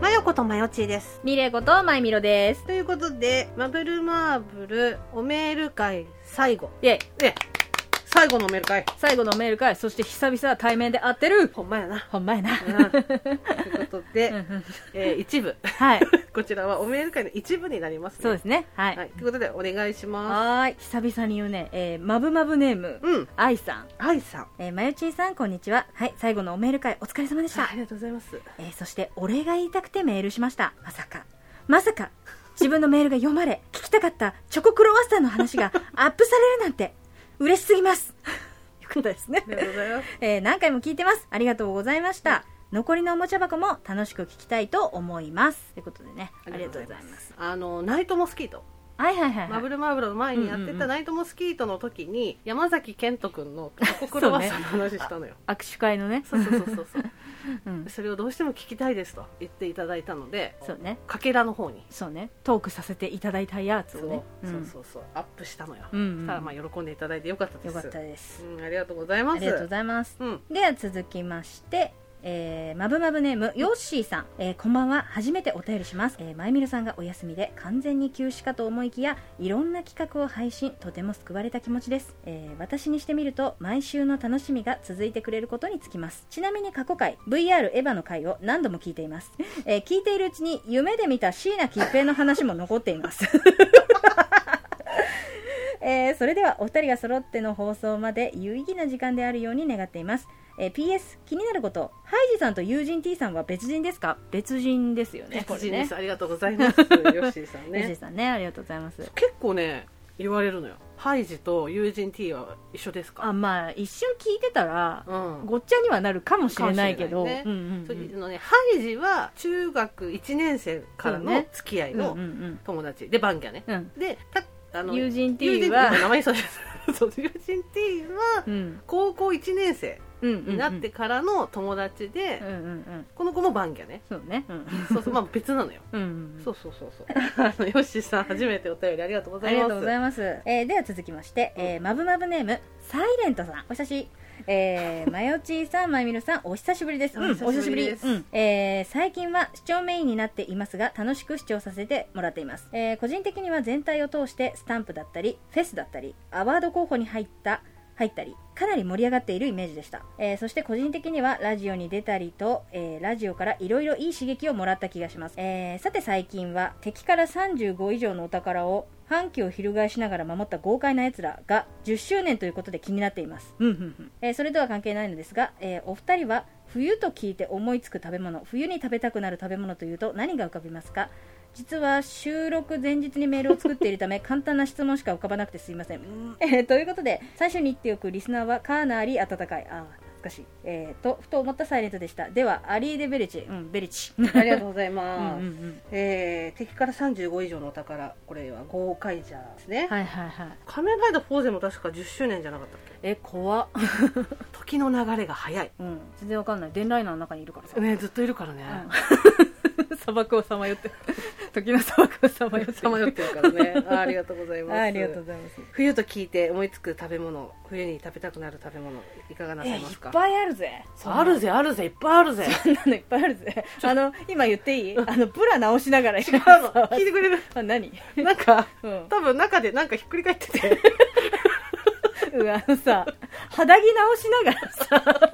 マヨコとマヨチーです。ミレコとマイミロです。ということで、マブルマーブルおメール会最後。イェイえ、最後のおメール会。最後のメール会、そして久々対面で会ってるほんまやな。ほんまやな。うんということうんうで、んえー一部。 はい。こちらはおメール会の一部になりますね。そうですね。は。はいい。ということで、お願いします。はーい。久々に言うね、えー、まぶまぶネーム、うん。アイさん。愛さん。えー、まよちーさん、こんにちは。はい。最後のおメール会、お疲れ様でしたあ。りがとうございます。えーそしてお礼が言いたくてメールしましたまさかまさか自分のメールが読まれ 聞きたかったチョコクロワッサンの話がアップされるなんて嬉しすぎます よかったですね ありがとうございます。えー何回も聞いてますありがとうございました残りのおもちゃ箱も楽しく聞きたいと思いますということでねありがとうございますあの、ナイトモスキート。はいはいはい、マはブい、ルマーブルの前にやってうんうんうたんナイトモスキートの時に、山崎賢人くんのチョコクロワッサンの話したのよ。握手会のねそうそうそうそうそう。うんそれをどうしても聞きたいですと言っていただいたのでそうねかけらの方にそうねトークさせていただいたやつそをう,、ねそううそうそうアップしたのよ、んうんうんさあまあ喜んでいただいてよかったでよすかったですうん、ありがとうございあますりがとうございますうんでは続きましてえー、まぶまぶネームヨッシーさん、えーこんばんは初めてお便りします、えー、まゆみるさんがお休みで完全に休止かと思いきやいろんな企画を配信とても救われた気持ちです、えー私にしてみると毎週の楽しみが続いてくれることにつきますちなみに過去回 VR エヴァの回を何度も聞いています、えー聞いているうちに夢で見た椎名桔平の話も残っています えーそれではお二人が揃っての放送まで有意義な時間であるように願っています、えー PS 気になることハイジさんと友人 T さんは別人ですか別人ですよね別人こでれねす、ありがとうございますヨッシーさんヨッ シーねさんねありがとうございます結構ね言われるのよハイジと友人 T は一緒ですあかまあ一瞬聞いてたらうんごっちゃにはなるかもしれないけかどもしれないねうんうんうんそういうのねハイジは中学1年生からそうのね付き合いうんのうん友達、でバンギャねうんうんでたあの友人 T T は名前そうです そう友人 T はうん高校1年生うんうんになってからの友達で、うんうんうんこの子もバンギャねそうねうんそうそうまあ別なのようんうんそうそうそうそうあのヨッシーさん初めてお便りありがとうござあいりますがとうございます。えーでは続きまして、えーまぶまぶネーム、サイレントさん。お久しぶり。えー、 まよちーさん、まゆみるさん、お久しぶりです。うんお久しぶりお久しぶりです。ですうんえー最近は視聴メインになっていますが、楽しく視聴させてもらっています。えー個人的には全体を通して、スタンプだったり、フェスだったり、アワード候補に入った、入ったり、かなり盛り上がっているイメージでした。えーそして個人的にはラジオに出たりと、えーラジオからいろいろいい刺激をもらった気がします。えーさて最近は敵から35以上のお宝を反旗を翻しながら守った豪快な奴らが10周年ということで気になっています。えーそれとは関係ないのですが、えーお二人は冬と聞いて思いつく食べ物、冬に食べたくなる食べ物というと何が浮かびますか実は収録前日にメールを作っている ため簡単な質問しか浮かばなくてすいません、えーということで最初に言っておくリスナーはかなり温かいあー懐かしい、えーとふと思ったサイレントでしたではアリーデ・ベリチうんベリチうんありがとうございます、うんえー敵から35以上のお宝これは豪快じゃですね、はいはいはい仮面ライダーフォーゼも確か10周年じゃなかったっけえ怖っ、時の流れが早いうん、全然わかんない伝来の中にいるからさ、ねずっといるからね、うん 砂漠をさまよって 時の砂漠をさまよってさまよってるから ねあーありがとうございますありがとうございます冬と聞いて思いつく食べ物冬に食べたくなる食べ物いかがなさえいいますっかぱいあるぜあるぜあるぜいっぱいあるぜそんなのいっぱいあるぜあの今言っていいあのブラ直しながら違う聞いてくれるあ何なんかうん多分中でなんかひっくり返ってて うわあのさ肌着直しながら さ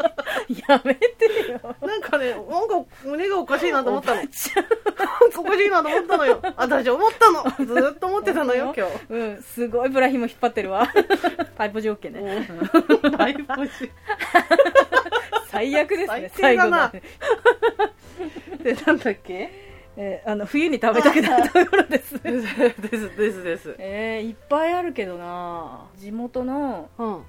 やめてよ なんかねなんか胸がおかしいなと 思ったのおなばんあちゃんかおかしいなと思ったのよ私思ったのずーっと思ってたの よ今日 うんすごいブラひも引っ張ってるわ パイプ条件ねうん 大募集最悪ですね最低最だ後なまで、でなんだっけえーあの冬に食べたくなるところですですですです えー、いっぱいあるけどな地元のうん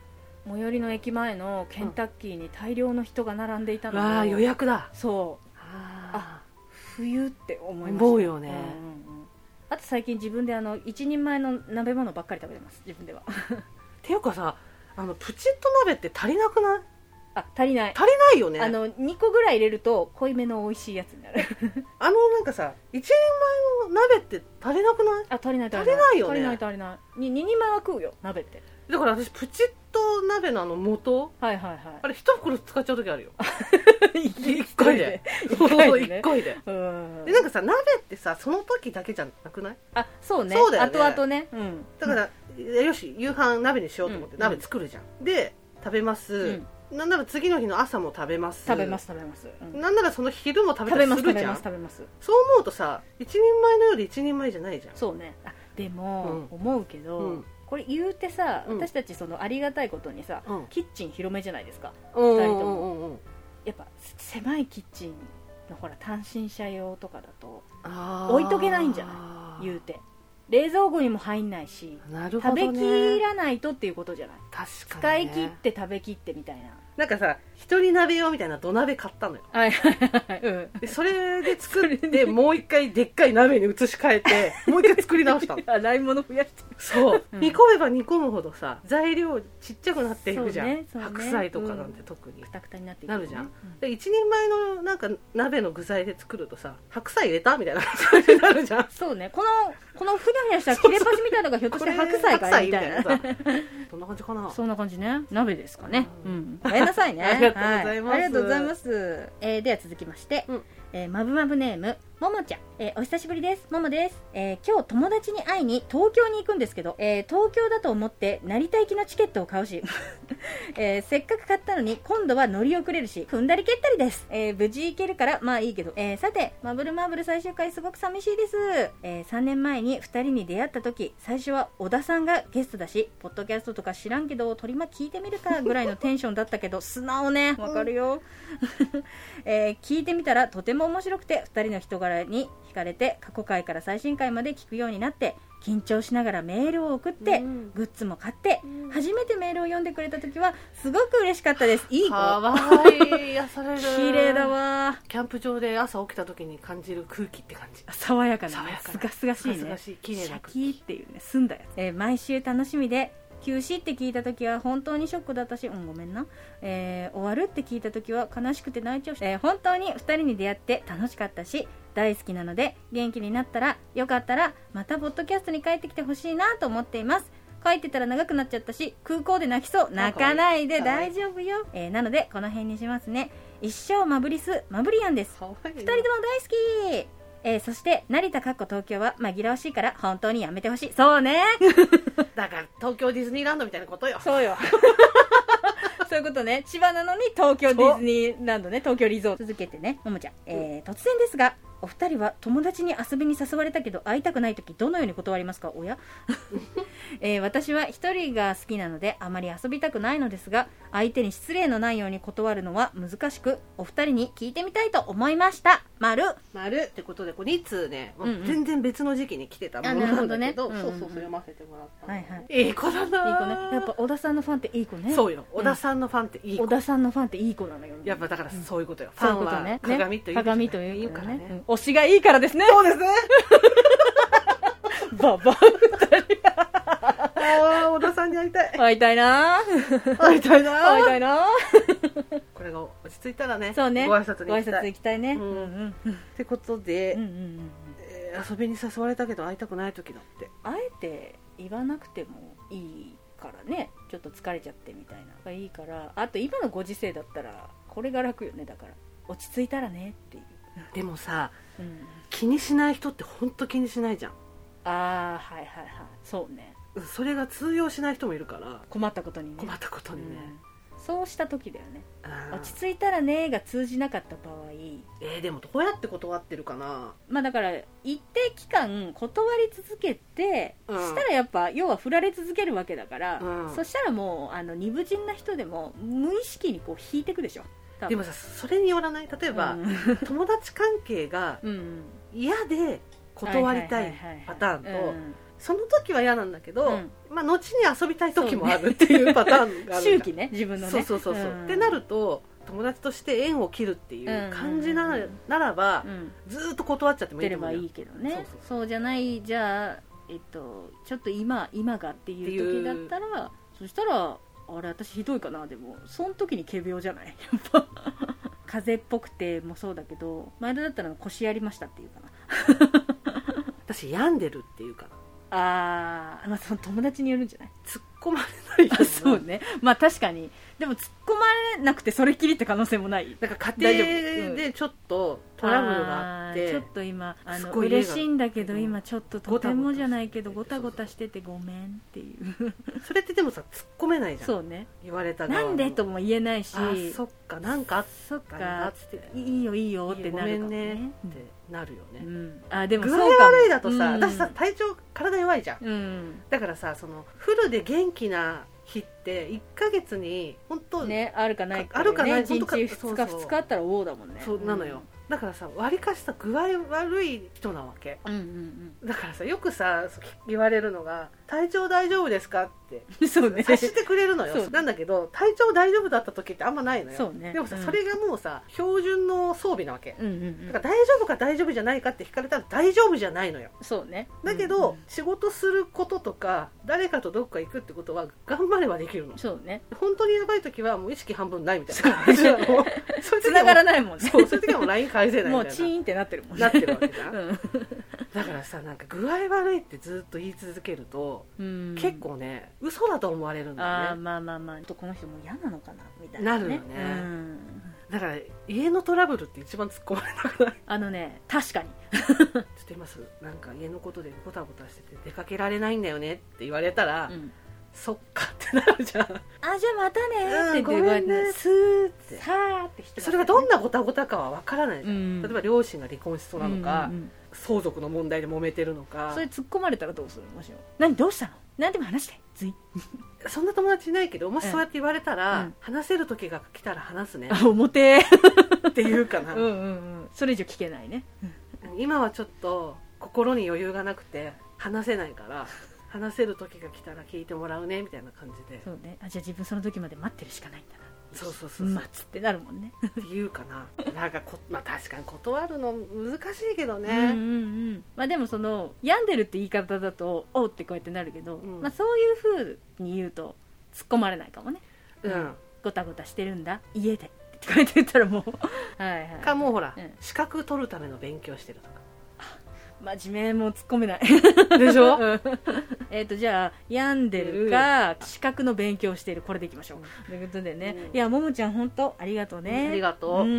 最寄りの駅前のケンタッキーに大量の人が並んでいたのわあ予約だそうあ冬って思いました思うよねんうんうんあと最近自分であの一人前の鍋物ばっかり食べてます自分ではっていうかさあのプチッと鍋って足りなくないあ足りない足りないよねあの2個ぐらい入れると濃いめの美味しいやつになるあのなんかさ1人前の鍋って足りなくない あ足りない足足りないりないよね足りない足りないに2人前は食うよ鍋ってだから私プチッと鍋のあの元はいはいあれ一袋使っちゃう時あるよはい生き回で一回でね一回でうんでなんかさ鍋ってさその時だけじゃなくないあそうねそうだよね後々ねうんだから、よし夕飯鍋にしようと思って、うん鍋作るじゃんで食べます、うんなんなら次の日の朝も食べます食べます食べますうんなんならその昼も食べ食たべりますする食じべゃまんす食べますそう思うとさ一人前のより一人前じゃないじゃんそうねあでもう思うけうどんこれ言うてさうん私たちそのありがたいことにさうんキッチン広めじゃないですかうん二人ともうんうんうんやっぱ狭いキッチンのほら単身者用とかだとあー置いとけないんじゃな言うて冷蔵庫にも入んないしなるほ食ど、ね、べきらないとっていうことじゃない確か使に、いね、切って食べきってみたいななんかさ一人鍋用みたいな土鍋買ったのよはいはいはいうんでそれで作っ それてもう一回でっかい鍋に移し替え てもう一回作り直したの 洗い物増やしてそう、うん煮込めば煮込むほどさ材料ちっちゃくなっていくじゃん、そうねそうね白菜とかなんて特に、くたくたになっていくなるじゃんで一人前のなんか鍋の具材で作るとさ白菜入れたみたいな 感じになるじゃんそうねこのこのふにゃふにゃした切れ端みたいなのがひょっとして白菜かいみたいなこれ白菜みたいなさそんな感じかなそんな感じね鍋ですかねううんごめんなさいね ありがとうございますはありがとうございます、えーでは続きまして、うんえーまぶまぶネームももちゃん、えーお久しぶりですももです、えー今日友達に会いに東京に行くんですけど、えー東京だと思って成田行きのチケットを買うし、 えーせっかく買ったのに今度は乗り遅れるし踏んだり蹴ったりです、えー無事行けるからまあいいけど、えーさてマブルマーブル最終回すごく寂しいです、え3年前に2人に出会った時最初は小田さんがゲストだしポッドキャストとか知らんけど取りま聞いてみ るかぐらいのテンションだったけど素直ねわかるよ、 えー聞いてみたらとても面白くて2人の人柄に惹かれて過去回から最新回まで聞くようになって緊張しながらメールを送っうて、んグッズも買って、うん初めてメールを読んでくれた時はすごく嬉しかったですいい子かわいい癒される 綺麗だわキャンプ場で朝起きた時に感じる空気って感じ爽やかな爽やねかすながすがしいねすがしい綺麗シなャ空キ気ーっていうね澄んだやつ、えー毎週楽しみで休止って聞いた時は本当にショックだったしうんごめんな、えー終わるって聞いた時は悲しくて泣いちゃうし、えー本当に2人に出会って楽しかったし大好きなので元気になったらよかったらまたポッドキャストに帰ってきてほしいなと思っています書いてたら長くなっちゃったし空港で泣きそう泣かないで大丈夫よ、えーなのでこの辺にしますね一生マブリスマブリアンですかわいい二人とも大好きえーそして成田かっこ東京は紛らわしいから本当にやめてほしいそうねだから東京ディズニーランドみたいなことよそうよ そういうことね千葉なのに東京ディズニーランドね東京リゾート続けてねももちゃん、えー突然ですがお二人は友達に遊びに誘われたけど会いたくない時どのように断りますか親、 えー私は一人が好きなのであまり遊びたくないのですが相手に失礼のないように断るのは難しくお二人に聞いてみたいと思いました丸丸ってことでこれ2通ね、もううんうん全然別の時期に来てたもあのなるなほんどだねけどうんうんそううそんうそれ読ませてもらったのはいはいいい子だないい子ね。やっぱ小田さんのファンっていい子ね。そうようん小田さんのファンっていい子、小田さんのファンっていい子なのよ。やっぱだからそういうことよ、そフういァうンことはね。鏡という,、ね鏡というかかららねね。うん推しがいいからですね。そうです ねババああ小田さんに会いたい会いたいな。会いたいな会いたいな。これが落ち着いたらねそうね。ご挨拶にご行挨きた拶い行きたいね。ううんんうんうんってことで、うんうん。えー遊びに誘われたけど会いたくない時だってあえて言わなくてもいいからね。ちょっと疲れちゃってみたいな。がいいから。あと今のご時世だったらこれが楽よね。だから落ち着いたらねっていう。でもさうん。気にしない人って本当気にしないじゃんああはいはいはい。そうね。うんそれが通用しない人もいるから困ったことにね。困ったことにね、うんそうした時だよねあー落ち着いたらねが通じなかった場合えーでもどうやって断ってるかなまあだから一定期間断り続けて、うんしたらやっぱ要は振られ続けるわけだから、うんそしたらもうあの二部人な人でも無意識にこう引いてくでしょ多分でもさそれによらない例えば、うん友達関係がうんうん嫌で断りたいパターンと、うんその時は嫌なんだけど、うんまあ、後に遊びたい時もあるっていうパターンがある周期ね自分のねそうそうそうそう、んってなると友達として縁を切るっていう感じな,、うんうんうんならばう、んずーっと断っちゃってもい出いとれ思ばうよいいけどねそうそうそうじゃないじゃあ、えっと、ちょっと今今がっていう時だったらそしたらあれ私ひどいかなでもその時に仮病 じゃないやっぱ風邪っぽくてもそうだけど前田だったら腰やりましたっていうかな私病んでるっていうかなあ ー、まあその友達によるんじゃない突っ込まれないようなあそうねまあ確かにでも突っ込まれなくてそれっきりって可能性もないなんか大家丈夫う庭んでちょっとトラブルがあっーちょてっと今あすのごい家が嬉しいんだけどうん今ちょっととごたてごたもじゃないけどごたごたしててごめんっていうそれってでもさ突っ込めないじゃん そうね言われた側なもんでとも言えないしあそっかなんかあっそったんだかっつっていいよいいよってなるかもごめねんねってなるよね、うんあでも具そう合かも悪いだとさ、うん私さ体調体弱いじゃんうんだからさそのフルで元気な日って1ヶ月に本当、ねあるかないかあるかない1本日当か2日そうそう2日あったら王だもんねそうなのよ、だからさわりかしさ具合悪い人なわけうんうんだからさよくさそう言われるのが「体調大丈夫ですか?」ってうん そうね察してくれるの そようなんだけど体調大丈夫だった時ってあんまないのよそうねでもさ、うん それがもうさ標準の装備なわけ、うんうんうんだから大丈夫か大丈夫じゃないかって聞かれたら大丈夫じゃないのよそうねだけうんど、うん仕事することとか誰かとどっか行くってことは頑張ればできるのそうね本当にやばい時はもう意識半分ないみたいな感じなの そういう時繋はもがらう ないもんねそうそういう時はもう LINE 返せないみたもいうなチーンってなってるもんねなってるわけじゃんうだからさなんか具合悪いってずっと言い続けると、ん結構ね嘘だと思われるんだあよあねまあまあまあちょっとこの人もう嫌なのかなみたいな、なるよねうんだから家のトラブルって一番突っ込まれなくないあのね確かにちょっと今すぐなんか家のことでボタボタしてて出かけられないんだよねって言われたら、うんそっかってなるじゃん あじゃあまたうんねーってごめんねスーッてさーって人それがどんなごたごたかは分からないじゃん、うん例えば両親が離婚しそうなのか、うんうんうん相続の問題で揉めてるのかそれ突っ込まれたらどうするもしも何どうしたの何でも話してついそんな友達いないけどもしそうやって言われたら、うん話せる時が来たら話すねあ 表っていうかうな、んうんうんそれ以上聞けないね今はちょっと心に余裕がなくて話せないから話せる時が来たら聞いてもらうねみたいな感じでそうねあじゃあ自分その時まで待ってるしかないんだなそうそうそうそう待つってなるもんねっていうかななんかこまあ確かに断るの難しいけどね、うんうんうんまあ、でもその病んでるって言い方だと「おう」ってこうやってなるけど、うんまあ、そういうふうに言うと突っ込まれないかもねうん「ごたごたしてるんだ家で」って書いて言ったらも うはいはいかもうほら、うん資格取るための勉強してるとか真面目も突っ込めない でしょ、うんえっとじゃあ病んでるか資格の勉強してるこれでいきましょう、ということでね、うんいやももちゃん本当ありがとうねありがとう、うんうんうんう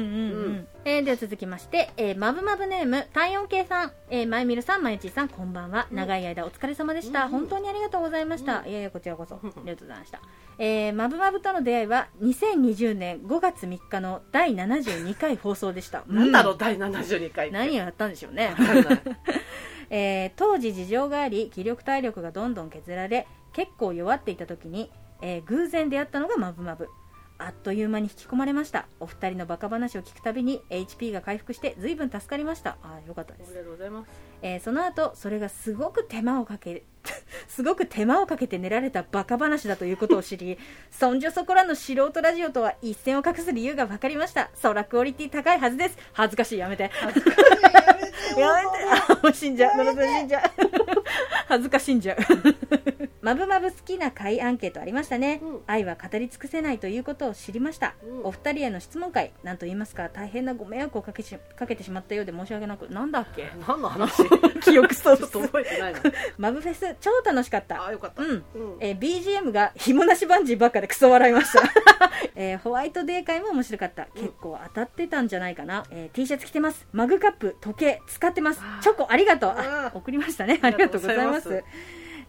んえーでは続きまして、えー、まぶまぶネーム体温計さん、えー、まゆみるさんまゆちーさんこんばんは、うん長い間お疲れ様でした、うん本当にありがとうございました、ういやいやこちらこそあうりんがとうございましたえーまぶまぶとの出会いは2020年5月3日の第72回放送でしたなんだろうう第72回って何をやったんでしょうねわかんないえー当時事情があり気力体力がどんどん削られ結構弱っていた時に、えー偶然出会ったのがマブマブあっという間に引き込まれましたお二人のバカ話を聞くたびに HP が回復して随分助かりましたあーよかったでおすめでとうございますえーその後それがすごく手間をかけ すごく手間をかけて練られたバカ話だということを知 りそんじょそこらの素人ラジオとは一線を画す理由が分かりましたそらクオリティ高いはずです恥ずかしいやめてやめてあもう死んじゃうのろさん死んじゃう 恥ずかしんじゃう まぶまぶ好きな回アンケートありましたね、うん愛は語り尽くせないということを知りました、うんお二人への質問会なんと言いますか大変なご迷惑をかけしかけてしまったようで申し訳なくなんだっけ何の 話記憶喪ちょっ失と覚えて ないのマブフェス超楽しかったああよかった、うんうんえー BGM がひもなしバンジーばっかでクソ笑いました、 えーホワイトデー会も面白かったうん結構当たってたんじゃないかな、えー T シャツ着てますマグカップ時計使ってますあーチョコありがとうああー送りましたねありがとうございますありがとうござい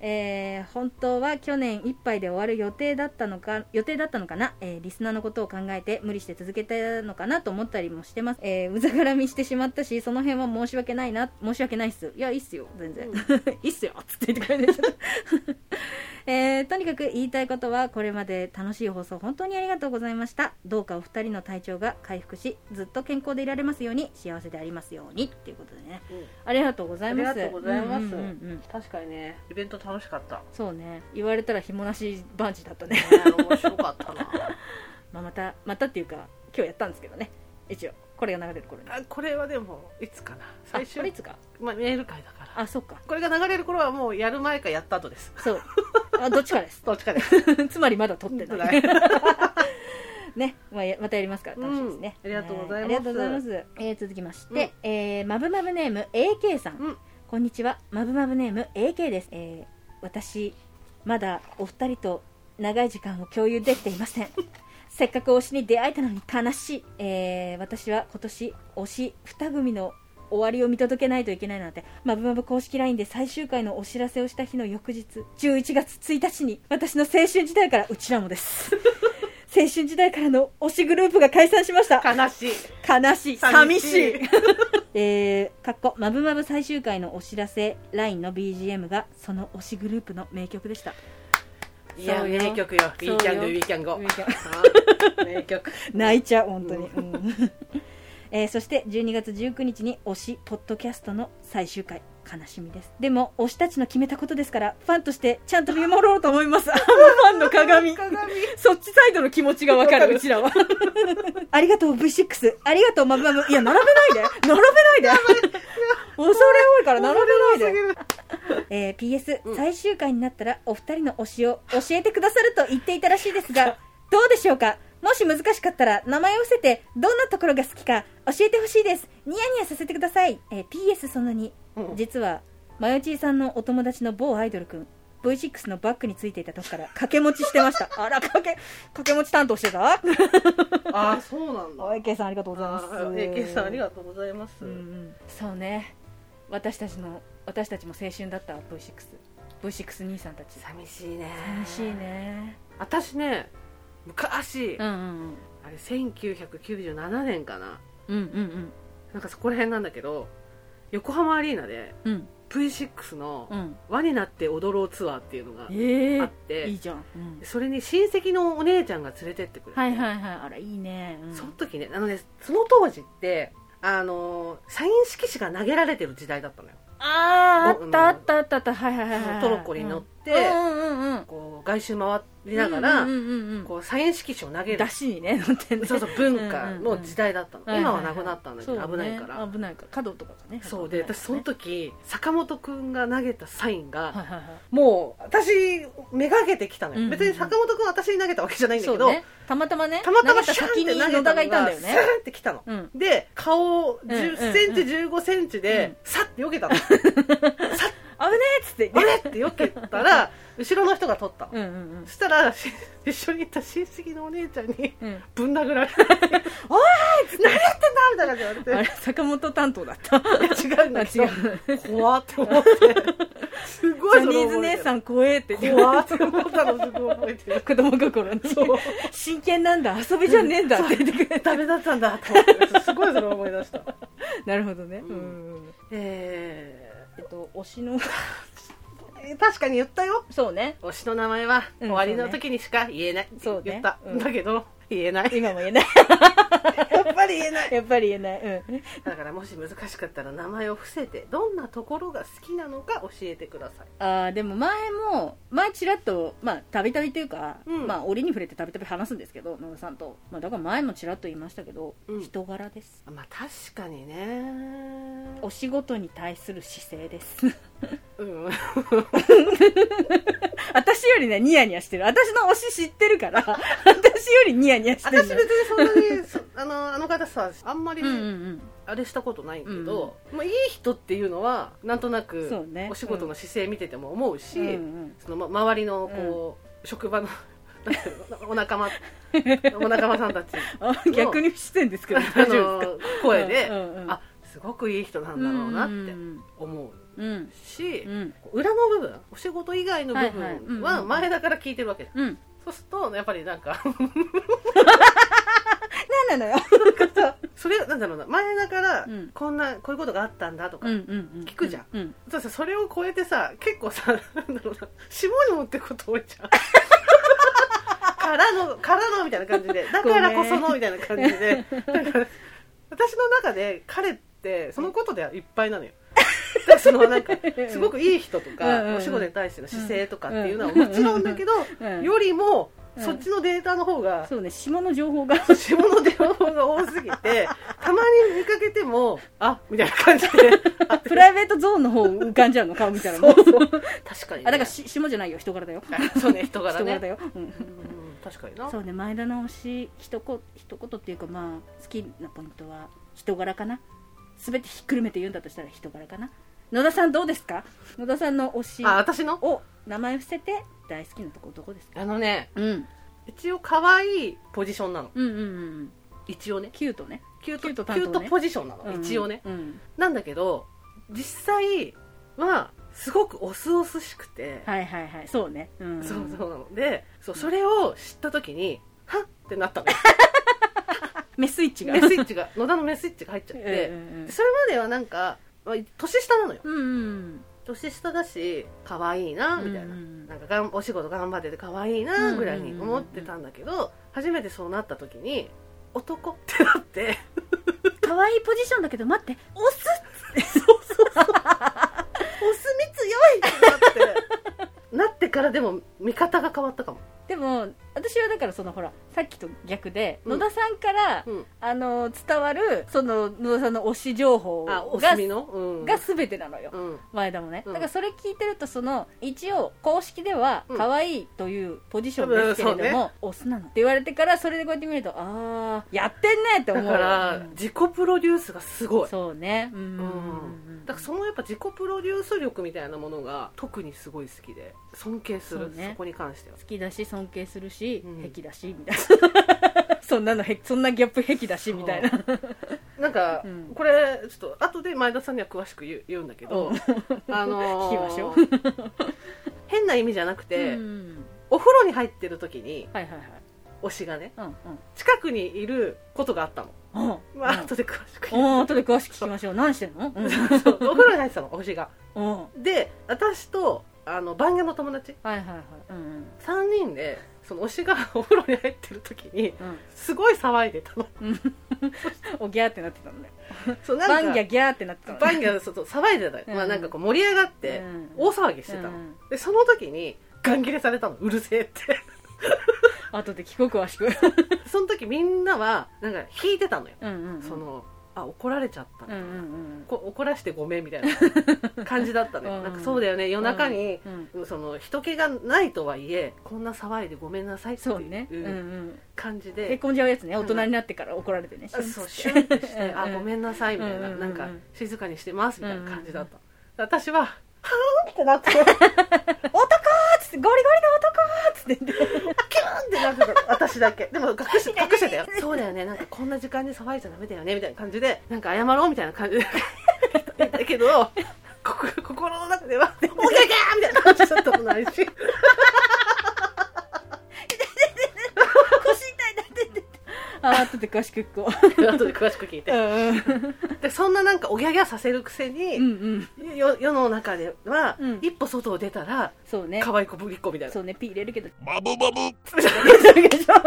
えー本当は去年いっぱいで終わる予定だったのか予定だったのかな、えーリスナーのことを考えて無理して続けたのかなと思ったりもしてます、えーうざがらみしてしまったしその辺は申し訳ないな申し訳ないっすいやいいっすよ全 然、ういいっすよつって言ってくれて えーとにかく言いたいことはこれまで楽しい放送本当にありがとうございましたどうかお二人の体調が回復しずっと健康でいられますように幸せでありますようにっていうことでねうんありがとうございますありがとうございますうんうんうんうん確かにねイベント楽しかったそうね言われたらひもなしバンジーだったね 面白かった なまあまたまたっていうか今日やったんですけどね一応これが流れる頃にああこれはでもいつかな最こ終れいつかまあ、メール会だからあそっかこれが流れる頃はもうやる前かやった後ですそうあどっちかです どっちかですつまりまだ撮ってないね、まあ、やまたやりますから楽しみですね、うんありがとうございますはありがとうございます、えー続きまして、えーまぶまぶネーム AK さん、うんこんにちはまぶまぶネーム AK です、えー私まだお二人と長い時間を共有できていません せっかく推しに出会えたのに悲しい、えー私は今年推し2組の終わりを見届けないといけないなんてまぶまぶ公式 LINE で最終回のお知らせをした日の翌日11月1日に私の青春時代からうちらもです 青春時代からの推しグループが解散しました悲しい悲しい寂寂ししい いえー、かっこまぶまぶ最終回のお知らせ LINE の BGM がその推しグループの名曲でしたいやそうよ名曲よ「そう We よ Can Do We Can Go ウィーキャン」あ名曲泣いちゃう本当に、うん えーそして12月19日に推しポッドキャストの最終回悲しみですでも推したちの決めたことですからファンとしてちゃんと見守ろうと思います あのファンの 鏡鏡そっちサイドの気持ちがわかわかるるうちらは ありがとう V6 ありがとうマブマブいや並べないで並 べないで恐れ多いから並べないでえー PS、うん最終回になったらお二人の推しを教えてくださると言っていたらしいで すがどうでしょうかもし難しかったら名前を伏せてどんなところが好きか教えてほしいですニヤニヤさせてください、えー PS その2うん実はマヨチーさんのお友達の某アイドルくん V6 のバッグについていた時から掛け持ちして ましたあら掛け掛け持ち担当してたああそうなんだおい AK さんありがとうございますあえけさんありがとうございます、うんうんそうね私たちの私たちも青春だった V6 V6 兄さんたち寂しいね寂しいね私ね昔、んうんあれ1997年かなうんうんうんなんかそこら辺なんだけど横浜アリーナでうん V6 のうん「輪になって踊ろう」ツアーっていうのがえあえって、いいじゃん、うんそれに親戚のお姉ちゃんが連れてってくれて、はいはいはいあらいいね、うん、その時ねあのねその当時ってあのーサイン色紙が投げられてる時代だったのよ、あーあおったあったあったあったはいはいはい、そはのい、トロッコに乗っうて、ん、うんうんうんうんこう外周回りながら、うんうんうんうんこうサイン色紙を投げるだしにね乗ってねそうそう文化の時代だったの、いいい今はなくなったんだけど、そう危なねいから危ないから角とかがねそうで危ない私そのか時坂本くんが投げたサインが、らねはいはいはいもう私めがけてきたのよ、うんうん別に坂本くんは私に投げたわけじゃないんだそけうど、ねたまたまねたまたま投げたシャンっ先て投にげた野の田ががいたんだよシャねーンってきたの、うんで顔をうんうんうん10センチ15センチで、さって避けたの さっ危ねえっつって あれって避けたら後ろの人が取ったの、うんうんそしたらし一緒にいた親戚のお姉ちゃんにうんうんぶん殴 られて「おい!」何やってんだ!」みたいな感じで言あわれ坂本担当だったれて「いや違うん間だ違けどう怖って思ってすごジいャそニれーズ覚え姉てるさん怖えって怖って思ったのすごい覚えてる子供心にそう真剣なんだ遊びじゃねえんだって言ってくれたダメだったんだと思ってすごいそれ思い出した なるほどねうんうんええっと推 しのー、確かに言ったよそうね推しの名前はう終んわりの時にしか言えない、そうね言った、うんだけど言えない今も言えない やっぱり言えないやっぱり言えないうんだからもし難しかったら名前を伏せてどんなところが好きなのか教えてくださいあーでも前も前ちらっとまあたびたびというか、うんまあ折に触れてたびたび話すんですけど野田さんと、まあ、だから前もちらっと言いましたけど、うん人柄ですまあ確かにねお仕事に対する姿勢です うん私よりねニヤニヤしてる私の推し知ってるから 私よりニヤニヤしてる私別にそんなにそ あのあの方さあんまりうんうんあれしたことないけど、まあ、いい人っていうのはなんとなそうくねお仕事の姿勢見てても思うし、うんうんそのま周りのこう、職場の なんていうのお仲間お仲間さんたち あ逆に不自然ですけど あ大丈夫ですかの声で、うんうんうんあすごくいい人なんだろうなっうんうてん思ううんし、うん裏の部分お仕事以外の部はいはいうんうん分は前だから聞いてるわけじゃんうんそうするとやっぱりなんか 何なのよそれなんだろうな前だからうんこんなこういうことがあったんだとか、うんうんうん聞くじゃんうんそうさそれを超えてさ結構さ なんだろうな下に持ってくこと多いじゃ んからのからのみたいな感じでだからこそ ごのみたいな感じでなんか私の中で彼ってそのことではいっぱいな のよだからそのなんかすごくいい人とうんうんかお仕事に対しての姿勢とかっていうのはもちろんだけどうんよりもうんそっちのデータの方がそうね下の情報が下の電話が多すぎ てたまに見かけてもあみたいな感じで あプライベートゾーンの方浮かんじゃうの顔見たらもうそうそう確かにね、あだからし下じゃないよ人柄だよあそうね人柄ね人柄だよ、うんうん確かになそうね前田の推し一言一言っていうかまあ好きなポイントは人柄かな全てひっくるめて言うんだとしたら人柄かな野田さんどうですか野田さんの推しあ私のを名前伏せて大好きなとこどこですかあのねうん一応可愛いポジションなのうんうんうん一応ねキュートねキュートキュート担キ当ュねートポジションなの、うん一応ねうんなんだけど実際はすごくオスオスしくて、はいはいはいそうねうんそうそううなのでそうそれを知った時にはっってな ったのメスイッチがメスイッチが野田のメスイッチが入っちゃっうんて、うんそれまではなんかまあ年下なのようんうん年下だし可愛いなうんみたいな,、うんうんなんかがんお仕事頑張ってて可愛いうんうんうんうなんぐらいに思ってたんだけど、初めてそうなった時に男ってなって可愛いポジションだけど待ってオスお墨強い ってなってなってからでも見方が変わったかもでも私はだからそのほらさっきと逆で、うん野田さんから、うんあの伝わるその野田さんの推し情報あおが墨のうんが全てなのよ、うん前田もね、うんだからそれ聞いてるとその一応公式ではうん可愛いというポジションですけれども、うんそうオスなのって言われてからそれでこうやって見るとああやってんねって思だうから、うん自己プロデュースがすごいそうねうんうんだからそのやっぱ自己プロデュース力みたいなものが特にすごい好きで尊敬すそうるそ,、ねこに関しては好きだし尊敬するし、うん癖だしみたいな そんなのへそんなギャップ癖だしみたいななんか、うんこれちょっと後で前田さんには詳しく言う言うんだけど、うんあのー聞きましょ変な意味じゃなくて、うんお風呂に入ってる時にはいはいはい推しがねうんうん近くにいることがあったの、うん まあ後で詳しく言ううん、後で詳しく聞きましょう何してんの、うんそうお風呂に入ってたの推しがうん、はいで私とあの番組の友達はいはいうんうん3人でその推しがお風呂に入ってる時にうん、すごい騒いでたのおギャーってなってたのねそうなんかバンギャギャーってなってたのねバンギャそうそう騒いでたの、うんまあ、なんかこう盛り上がって、うん大騒ぎしてたの、うんでその時にガン切れされたのうるせえって 後で聞こう詳しくその時みんなはなんか引いてたのよ、うんうん うんそのあ怒られちゃった、うんうんこ怒らしてごめんみたいな感じだったのよ、うんなんかそうだよねうん夜中に、うんうんその人気がないとはいえこんな騒いでごめんなさいってそうね、うんう、いうん感じへで、こんじゃうやつね大人になってから怒られてね、あそうシュンってして「あうんごめんなさい」みたいな、うんなんか静かにしてますみたいな感じだった、私は「男ーっつってゴリゴリ の男ーっつってキューン!」ってなってた私だけでも隠 し隠してたよそうだよねなんかこんな時間に騒いじゃダメだよねみたいな感じでなんか謝ろうみたいな感じでだけどこ心の中では「おぎゃぎゃ!」みたいな感じだったもない し腰痛いなって言ってあ後で詳しく聞こ 後で詳しく聞いうてうんでそんななんかおぎゃぎゃさせるくせに、うんよ世の中では、うん一歩外を出たらそうね可愛い子ぶりっ子みたいなそうねピー入れるけど そうしてるわ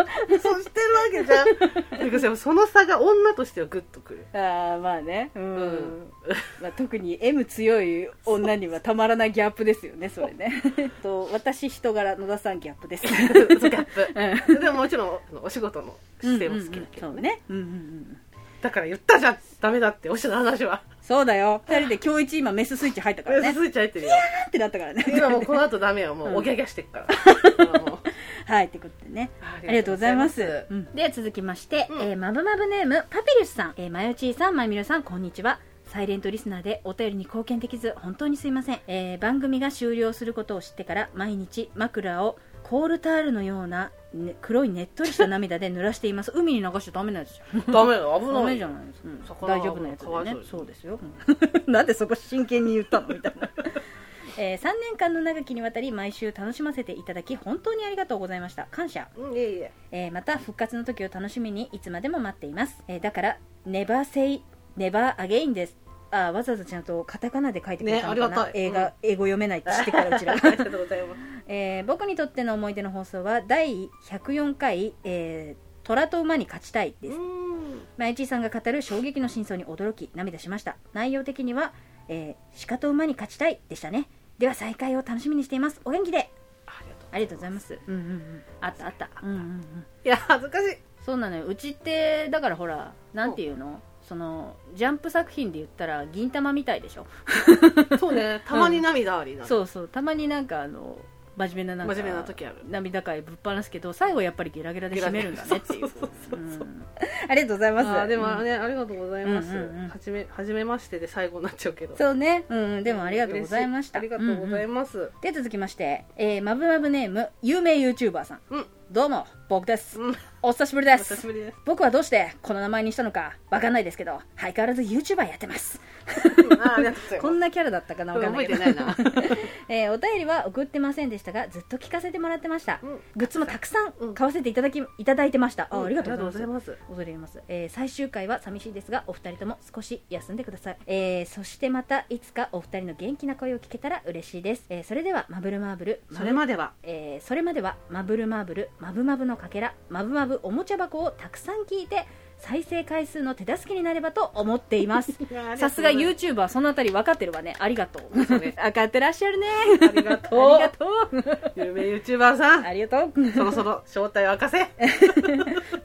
けじゃん。だからさその差が女としてはグッとく る。ああまあねうん、うん まあ、特に M 強い女にはたまらないギャップですよねそれねえっと私人柄野田さんギャップですギャッうんプ。でももちろんあのお仕事の姿勢も好きだけどうんうんうんそね。うね、うんうんうん、だから言ったじゃん。ダメだって、おしの話は。そうだよ2人で今日一今メススイッチ入ったからね続いちゃ ってるよ。パンってなったからね今もうこの後ダメよ。もうんうおぎゃぎゃしてっから。もう はいってことでねあありがとうございます。では続きまして、うんえー、まぶまぶネームパピルスさん、えー、まよちーさんまみるさんこんにちはサイレントリスナーでお便りに貢献できず本当にすいません、えー、番組が終了することを知ってから毎日枕をコールタールのような、ね黒いねっとりした涙で濡 らしています海に流しちゃダメなやつじゃんダメよ。危ダなメいじゃよ。ないですか、うん魚大は丈夫なやつだよねかわいそそううでですよ、うん なんでそこ真剣に言ったのみたいな、 えー、3年間の長きにわたり毎週楽しませていただき本当にありがとうございました感謝うんいえいえ。えーまた復活の時を楽しみにいつまでも待っています、えーだから「ネバーセイネバーアゲインですあーわざわざちゃんとカタカナで書いてくれたのかねな、ありがたい映画英語読めないって知ってからうちら、 ありがとうございます。えー僕にとっての思い出の放送は第104回、えー虎と馬に勝ちたい」うですん。まゆちーさんが語る衝撃の真相に驚き涙しました内容的には、えー鹿と馬に勝ちたい」でしたねでは再会を楽しみにしていますお元気でありがとう。ありがとうございます、うんうんうん、あったあったうんうんうんいや、恥ずかしい。そうなのようちってだからほらなんていうのそのジャンプ作品で言ったら銀玉みたいでしょそうね。たまに涙ありな。う。そうそうたまになんかあの真面目ななんか真面目な時ある涙かいぶっ放すけど最後やっぱりゲラゲラで締めるんだねっていゲうラゲラそうそうそうそううんありがとうございますあーでもね、ありがとうございます。うんうんうんはじめ、はじめましてで最後になっちゃうけど。そうね、うんうん、でもありがとうございました嬉しいありがとうございます。で続きまして、えー、まぶまぶネーム有名 YouTuber さん、うんどうも僕ですうんお久しぶりでお久すしぶりです僕はどうしてこの名前にしたのかわかんないですけど相変わらず YouTuber やってますあありがとうございますこんなキャラだったかなわかんな覚いえけてなどいな えーお便りは送ってませんでしたがずっと聞かせてもらってました、うんグッズもたくさうんん買わせていただき、いただいてましたあありがとうございますます恐れ入ります、えー最終回は寂しいですがお二人とも少し休んでください、えーそしてまたいつかお二人の元気な声を聞けたら嬉しいです、えーそれではマブルマーブルそれまではえーそれまではマブルマーブルマブマブのかけらマブマブおもちゃ箱をたくさん聞いて再生回数の手助けになればと思っていますさすが YouTuber そのあたり分かってるわねありがとうそうね 分かってらっしゃるねありがとうありがとう有名 YouTuber さんありがとうそろそろ正体を明かせ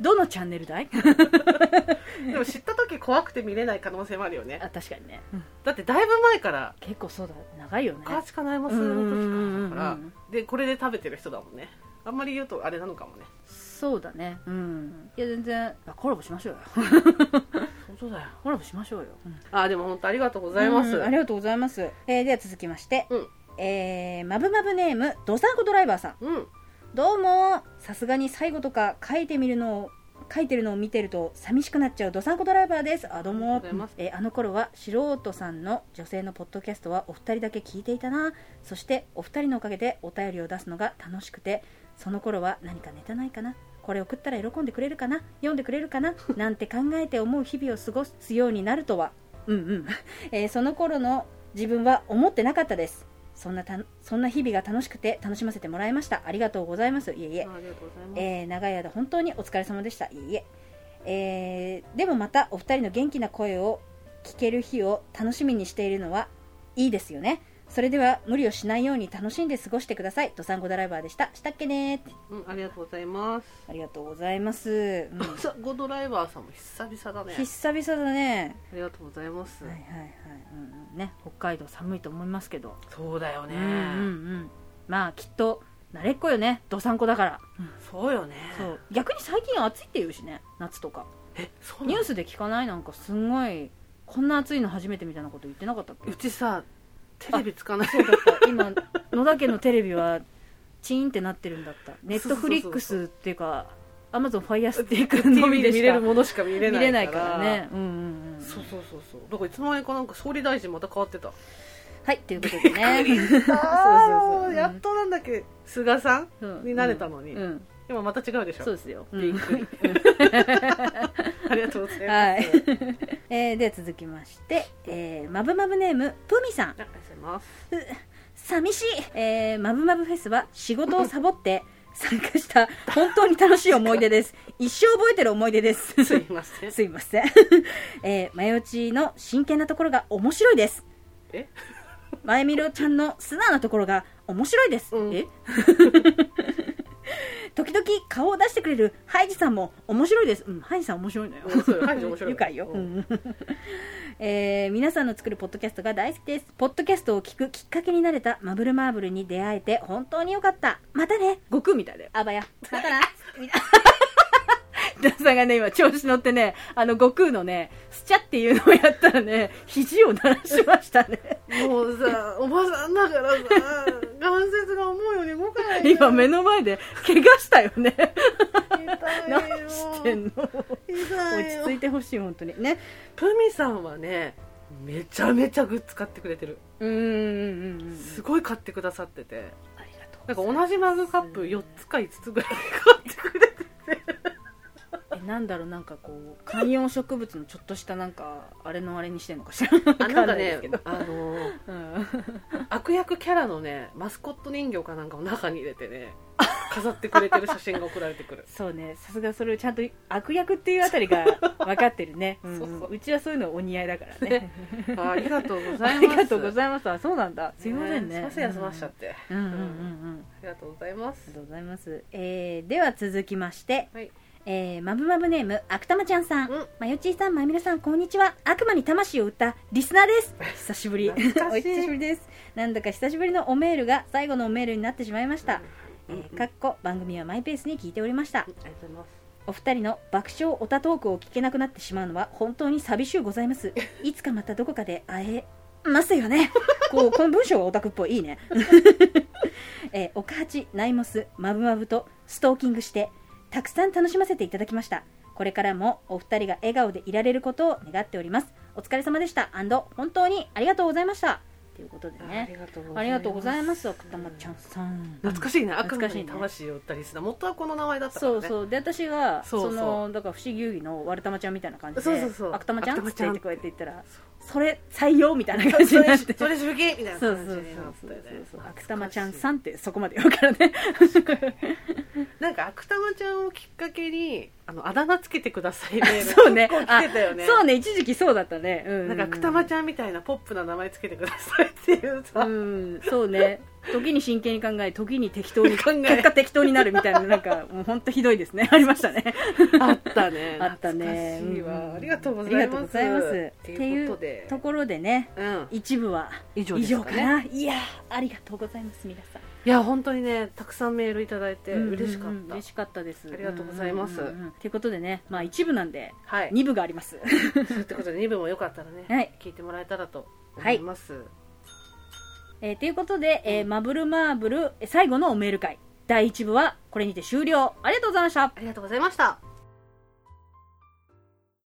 どのチャンネルだいでも知った時怖くて見れない可能性もあるよねあ確かにねだってだいぶ前から結構そうだ長いよねカーチカナイマスうんうんうんうのん時からだからでこれで食べてる人だもんねあんまり言うとあれなのかもねそうだねうんいや全然あコラボしましょうよ本当だよコラボしましょうよ、うんあでも本当ありがとうございますうんありがとうございます、えーでは続きまして、うんえーまぶまぶネームどさんこドライバーさんうんどうもさすがに最後とか書いてみるのを書いてるのを見てると寂しくなっちゃうどさんこドライバーですあどうありがもとうございますえーあの頃は素人さんの女性のポッドキャストはお二人だけ聞いていたなそしてお二人のおかげでお便りを出すのが楽しくてその頃は何かネタないかなこれ送ったら喜んでくれるかな読んでくれるかななんて考えて思う日々を過ごすようになるとはうんうん、えーその頃の自分は思ってなかったですそんなたそんな日々が楽しくて楽しませてもらいましたありがとうございますいえいえありがとうございますえー長い間本当にお疲れ様でしたいえいええーでもまたお二人の元気な声を聞ける日を楽しみにしているのはいいですよねそれでは無理をしないように楽しんで過ごしてくださいドサンゴドライバーでしたしたっけねーってうん、ありがとうございます。ありがとうございます、うんさ、ゴドライバーさんも久々だね。久々だねありがとうございます。はいはいはい、うんうん、ね北海道寒いと思いますけどそうだよね、うんうんうんまあきっと慣れっこよねどさんこだから、そうよね。そう逆に最近暑いって言うしね夏とかえ、そうニなュのースで聞かないなんかすんごいこんな暑いの初めてみたいなこと言ってなかったっ けうちさ、テレビつかない。そうだった今野田家のテレビはチーンってなってるんだったネットフリックスっていうかアマゾンファイアスティックのみ TV ででし見かれるものしか見れない見れないからねうんうんうんそうそうそうそう。だからいつの間にかなんか総理大臣また変わってた。はいということでね あそうそうそうーやっとなんだっけ、菅さんうんになれたのにうんうん今また違うでしょ。そうですよ、うんびっくり。ありがとうございます。はいありがとう えーでは続きまして、えー、まぶまぶネームぷみさんございます。寂しい、えー、マブマブフェスは仕事をサ ボって参加した本当に楽しい思い出です一生覚えてる思い出ですすいません。 すいません、えー、前打ちの真剣なところが面白いですえ前みろちゃんの素直なところが面白いです、うんえ時々顔を出してくれるハイジさんも面白いですうんハイジさん面白いのようんそうよハイジ面白い愉快よ、ううん えー皆さんの作るポッドキャストが大好きですポッドキャストを聞くきっかけになれたマブルマーブルに出会えて本当によかったまたね悟空みたいだよあばやまたな皆さんがね今調子乗ってねあの悟空のねスチャっていうのをやったらね肘を鳴らしましたねもうさ、おばさんだからさ、関節が思うように動かないんだよ。 今目の前で怪我したよね何痛いよしてんの痛い落よち着いてほしい本当にねプミさんはねめちゃめちゃグッズ買ってくれてるうーんうんうんすごい買ってくださっててありがとうなんか同じマグカップ4つか5つぐらい買ってくれてえなんだろうなんかこう観葉植物のちょっとしたなんかあれのあれにしてんのかしらわかあなんなかいですねけどあのうん悪役キャラのねマスコット人形かなんかを中に入れてね飾ってくれてる写真が送られてくるそうねさすがそれをちゃんと悪役っていうあたり が分かってるねそうそううんうんうちはそういうのお似合いだからねあありがと うござい ますありがとうございますあそうなんだすいませんねすいません休ましちゃって、うんうんうんうんありがとうございまありすがとうございます、えー、では続きまして、はいえー、まぶまぶネーム悪玉ちゃんさん、うんまよちーさんまゆみろさんこんにちは悪魔に魂を売ったリスナーです久しぶりお懐かしい久しぶりですなんだか久しぶりのおメールが最後のおメールになってしまいました、うんうんえーかっこ番組はマイペースに聞いておりましたありがとうございますお二人の爆笑オタトークを聞けなくなってしまうのは本当に寂しゅうございます いつか またどこかで会えますよねこうこの文章はオタクっぽいいいねえー、オカハチナイモスマブマブとストーキングしてたくさん楽しませていただきましたこれからもお二人が笑顔でいられることを願っておりますお疲れ様でした本当にありがとうございましたということでねありがとうございます奥多摩ちゃんさん懐かしいね赤懐かのしいねに魂を売ったりする元はこの名前だったからそねうそうで私がそうそうそのだから不思議遊戯の悪玉ちゃんみたいな感じでそうそうそう悪玉ちゃん悪っ玉てちゃ言んってこうやって言ったらそれ採用みたいな感じそになれってそれ主義みたいなそう感そじうになったそようねそう懐かしい悪玉ちゃんさんってそこまで言うからねなんか芥間ちゃんをきっかけにあのあだ名つけてくださいメール そうね結構来てたよねそうね一時期そうだったねうんなんか芥間ちゃんみたいなポップな名前つけてくださいっていうさ、うんそうね時に真剣に考え時に適当 に考え結果適当になるみたいななんかもう本当ひどいですねありましたねあった ねあったね懐かしいわ、うんありがとうごあざりいがとうまごすざいますっていうことでところでねうん一部は以上以です上かかねな、いやーありがとうございます皆さんいや本当にねたくさんメールいただいて嬉しかった、うんうんうん嬉しかったですありがとうございますんんんうんということでねまあ一部なんではい二部がありま すってことで2部もよかったらね、はい聞いてもらえたらと思います、えーということで、えーマブルマーブルえー最後のおメール会第一部はこれにて終了ありがとうございましたありがとうございました